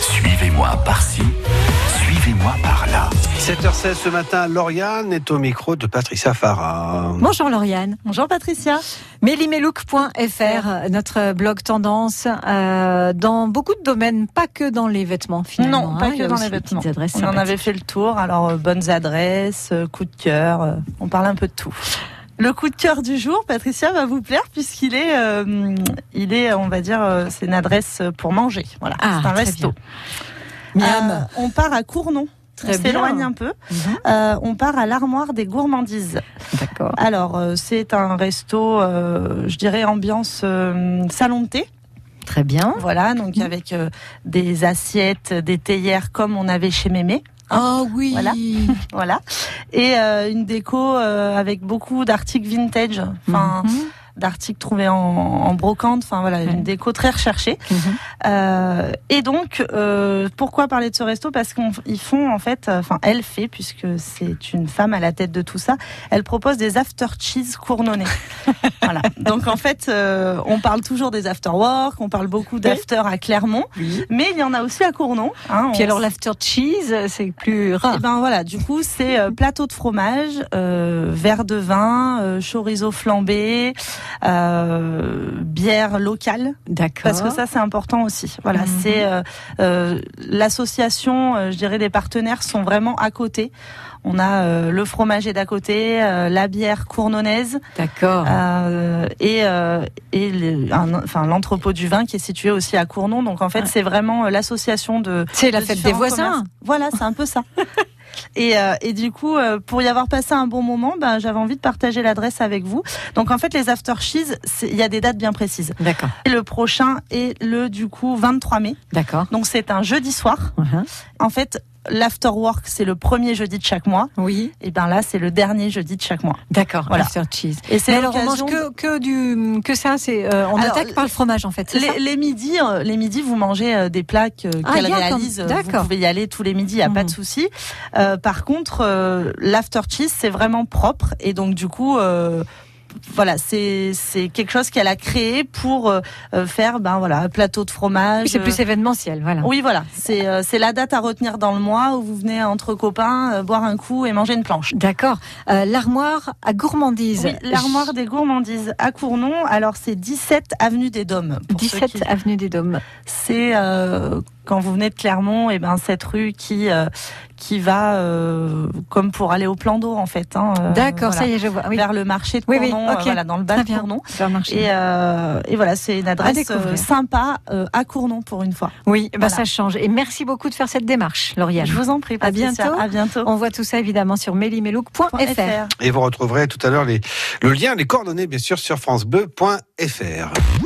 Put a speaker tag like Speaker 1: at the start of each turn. Speaker 1: Suivez-moi par-ci, suivez-moi par-là.
Speaker 2: 7h16 ce matin, Lauriane est au micro de Patricia Farah.
Speaker 3: Bonjour Lauriane, bonjour Patricia. Melimelook.fr, notre blog tendance, euh, dans beaucoup de domaines, pas que dans les vêtements finalement.
Speaker 4: Non, pas
Speaker 3: hein, il y
Speaker 4: que
Speaker 3: a
Speaker 4: dans
Speaker 3: aussi
Speaker 4: les
Speaker 3: des
Speaker 4: vêtements.
Speaker 3: petites adresses
Speaker 4: On en
Speaker 3: sympathiques.
Speaker 4: avait fait le tour, alors euh, bonnes adresses, euh, coups de cœur, euh, on parle un peu de tout. Le coup de cœur du jour, Patricia, va vous plaire puisqu'il est, euh, il est, on va dire, euh, c'est une adresse pour manger. Voilà,
Speaker 3: Ah,
Speaker 4: c'est un
Speaker 3: très
Speaker 4: resto. Euh,
Speaker 3: Miam.
Speaker 4: on part à Cournon.
Speaker 3: Très
Speaker 4: on s'éloigne
Speaker 3: bien.
Speaker 4: un peu.
Speaker 3: Mhm.
Speaker 4: Euh, on part à l'armoire des gourmandises.
Speaker 3: D'accord.
Speaker 4: Alors, euh, c'est un resto, euh, je dirais, ambiance euh, salon de thé.
Speaker 3: Très bien.
Speaker 4: Voilà,
Speaker 3: Mmh.
Speaker 4: donc avec euh, des assiettes, des théières comme on avait chez Mémé.
Speaker 3: Ah oui.
Speaker 4: Voilà. Voilà. Et euh, une déco euh, avec beaucoup d'articles vintage, enfin
Speaker 3: Mhm.
Speaker 4: d'articles trouvés en, en brocante, enfin voilà,
Speaker 3: Ouais.
Speaker 4: une déco très recherchée.
Speaker 3: Mhm.
Speaker 4: Euh, et donc, euh, pourquoi parler de ce resto Parce qu'ils font en fait, euh, enfin elle fait, puisque c'est une femme à la tête de tout ça, elle propose des after cheese cournonnés. voilà. Donc en fait, euh, on parle toujours des after work, on parle beaucoup d'after à Clermont,
Speaker 3: Oui.
Speaker 4: mais il y en a aussi à Cournon. hein,
Speaker 3: Puis
Speaker 4: on
Speaker 3: alors l'after cheese, c'est plus
Speaker 4: eh
Speaker 3: rare.
Speaker 4: ben voilà, du coup c'est euh, plateau de fromage, euh, verre de vin, euh, chorizo flambé, euh, bière locale
Speaker 3: D'accord.
Speaker 4: parce que ça c'est important aussi. Voilà,
Speaker 3: Mhm.
Speaker 4: c'est euh, euh, l'association, euh, je dirais les partenaires sont vraiment à côté. On a euh, le fromager d'à côté, euh, la bière cournonnaise
Speaker 3: D'accord.
Speaker 4: euh, et, euh, et le- un- enfin l'entrepôt du vin qui est situé aussi à Cournon. Donc en fait c'est vraiment euh, l'association de
Speaker 3: c'est la
Speaker 4: de
Speaker 3: fête des
Speaker 4: différents
Speaker 3: voisins.
Speaker 4: commerces. Voilà, c'est un peu ça. Et, euh, et du coup, euh, pour y avoir passé un bon moment, ben, j'avais envie de partager l'adresse avec vous. Donc en fait, les after cheese, c'est- il y a des dates bien précises.
Speaker 3: D'accord.
Speaker 4: Et le prochain est le du coup 23 mai.
Speaker 3: D'accord.
Speaker 4: Donc c'est un jeudi soir.
Speaker 3: Mhm.
Speaker 4: En fait, l'after work, c'est le premier jeudi de chaque mois.
Speaker 3: Oui.
Speaker 4: Et ben là, c'est le dernier jeudi de chaque mois.
Speaker 3: D'accord.
Speaker 4: Voilà.
Speaker 3: After cheese.
Speaker 4: Et c'est
Speaker 3: Mais alors on mange
Speaker 4: l'occasion
Speaker 3: que que du que ça. C'est euh, on
Speaker 4: Alors,
Speaker 3: attaque par le fromage en fait. c'est ça
Speaker 4: Les, les midis, euh, les midis, vous mangez euh, des plaques euh,
Speaker 3: Ah,
Speaker 4: qu'elle
Speaker 3: il y a comme-
Speaker 4: réalise. euh, Vous
Speaker 3: d'accord.
Speaker 4: pouvez y aller tous les midis, il n'y a pas de
Speaker 3: Mhm.
Speaker 4: souci. Euh, par contre, euh, l'after cheese, c'est vraiment propre et donc du coup. euh, voilà, c'est c'est quelque chose qu'elle a créé pour euh, euh, faire ben voilà un plateau de fromage. euh,
Speaker 3: Oui, c'est plus événementiel. Voilà.
Speaker 4: Oui, voilà, c'est euh, c'est la date à retenir dans le mois où vous venez entre copains euh, boire un coup et manger une planche.
Speaker 3: D'accord. Euh, l'armoire à gourmandise.
Speaker 4: Oui, l'armoire des gourmandises à Cournon. Alors c'est 17 avenue des Dômes. Pour ceux
Speaker 3: 17
Speaker 4: qui-
Speaker 3: avenue des Dômes.
Speaker 4: c'est euh, quand vous venez de Clermont, et ben cette rue qui euh, qui va euh, comme pour aller au plan d'eau en fait. hein, euh,
Speaker 3: D'accord,
Speaker 4: voilà,
Speaker 3: ça y est, je vois. Oui,
Speaker 4: vers le marché de
Speaker 3: Oui,
Speaker 4: Cournon,
Speaker 3: oui,
Speaker 4: euh,
Speaker 3: ok.
Speaker 4: voilà, dans le bas
Speaker 3: Très
Speaker 4: de
Speaker 3: bien.
Speaker 4: Cournon.
Speaker 3: ça va marcher.
Speaker 4: Et, euh, et voilà, c'est une adresse
Speaker 3: découvrir.
Speaker 4: euh, sympa euh, à Cournon pour une fois.
Speaker 3: oui, bah,
Speaker 4: voilà.
Speaker 3: ça change. Et merci beaucoup de faire cette démarche, Lauriane.
Speaker 4: Je vous en prie,
Speaker 3: À
Speaker 4: Patricia.
Speaker 3: bientôt.
Speaker 4: À bientôt.
Speaker 3: On voit tout ça évidemment sur melimelook.fr.
Speaker 2: Et vous retrouverez tout à l'heure les, le lien, les coordonnées, bien sûr, sur francebleu.fr.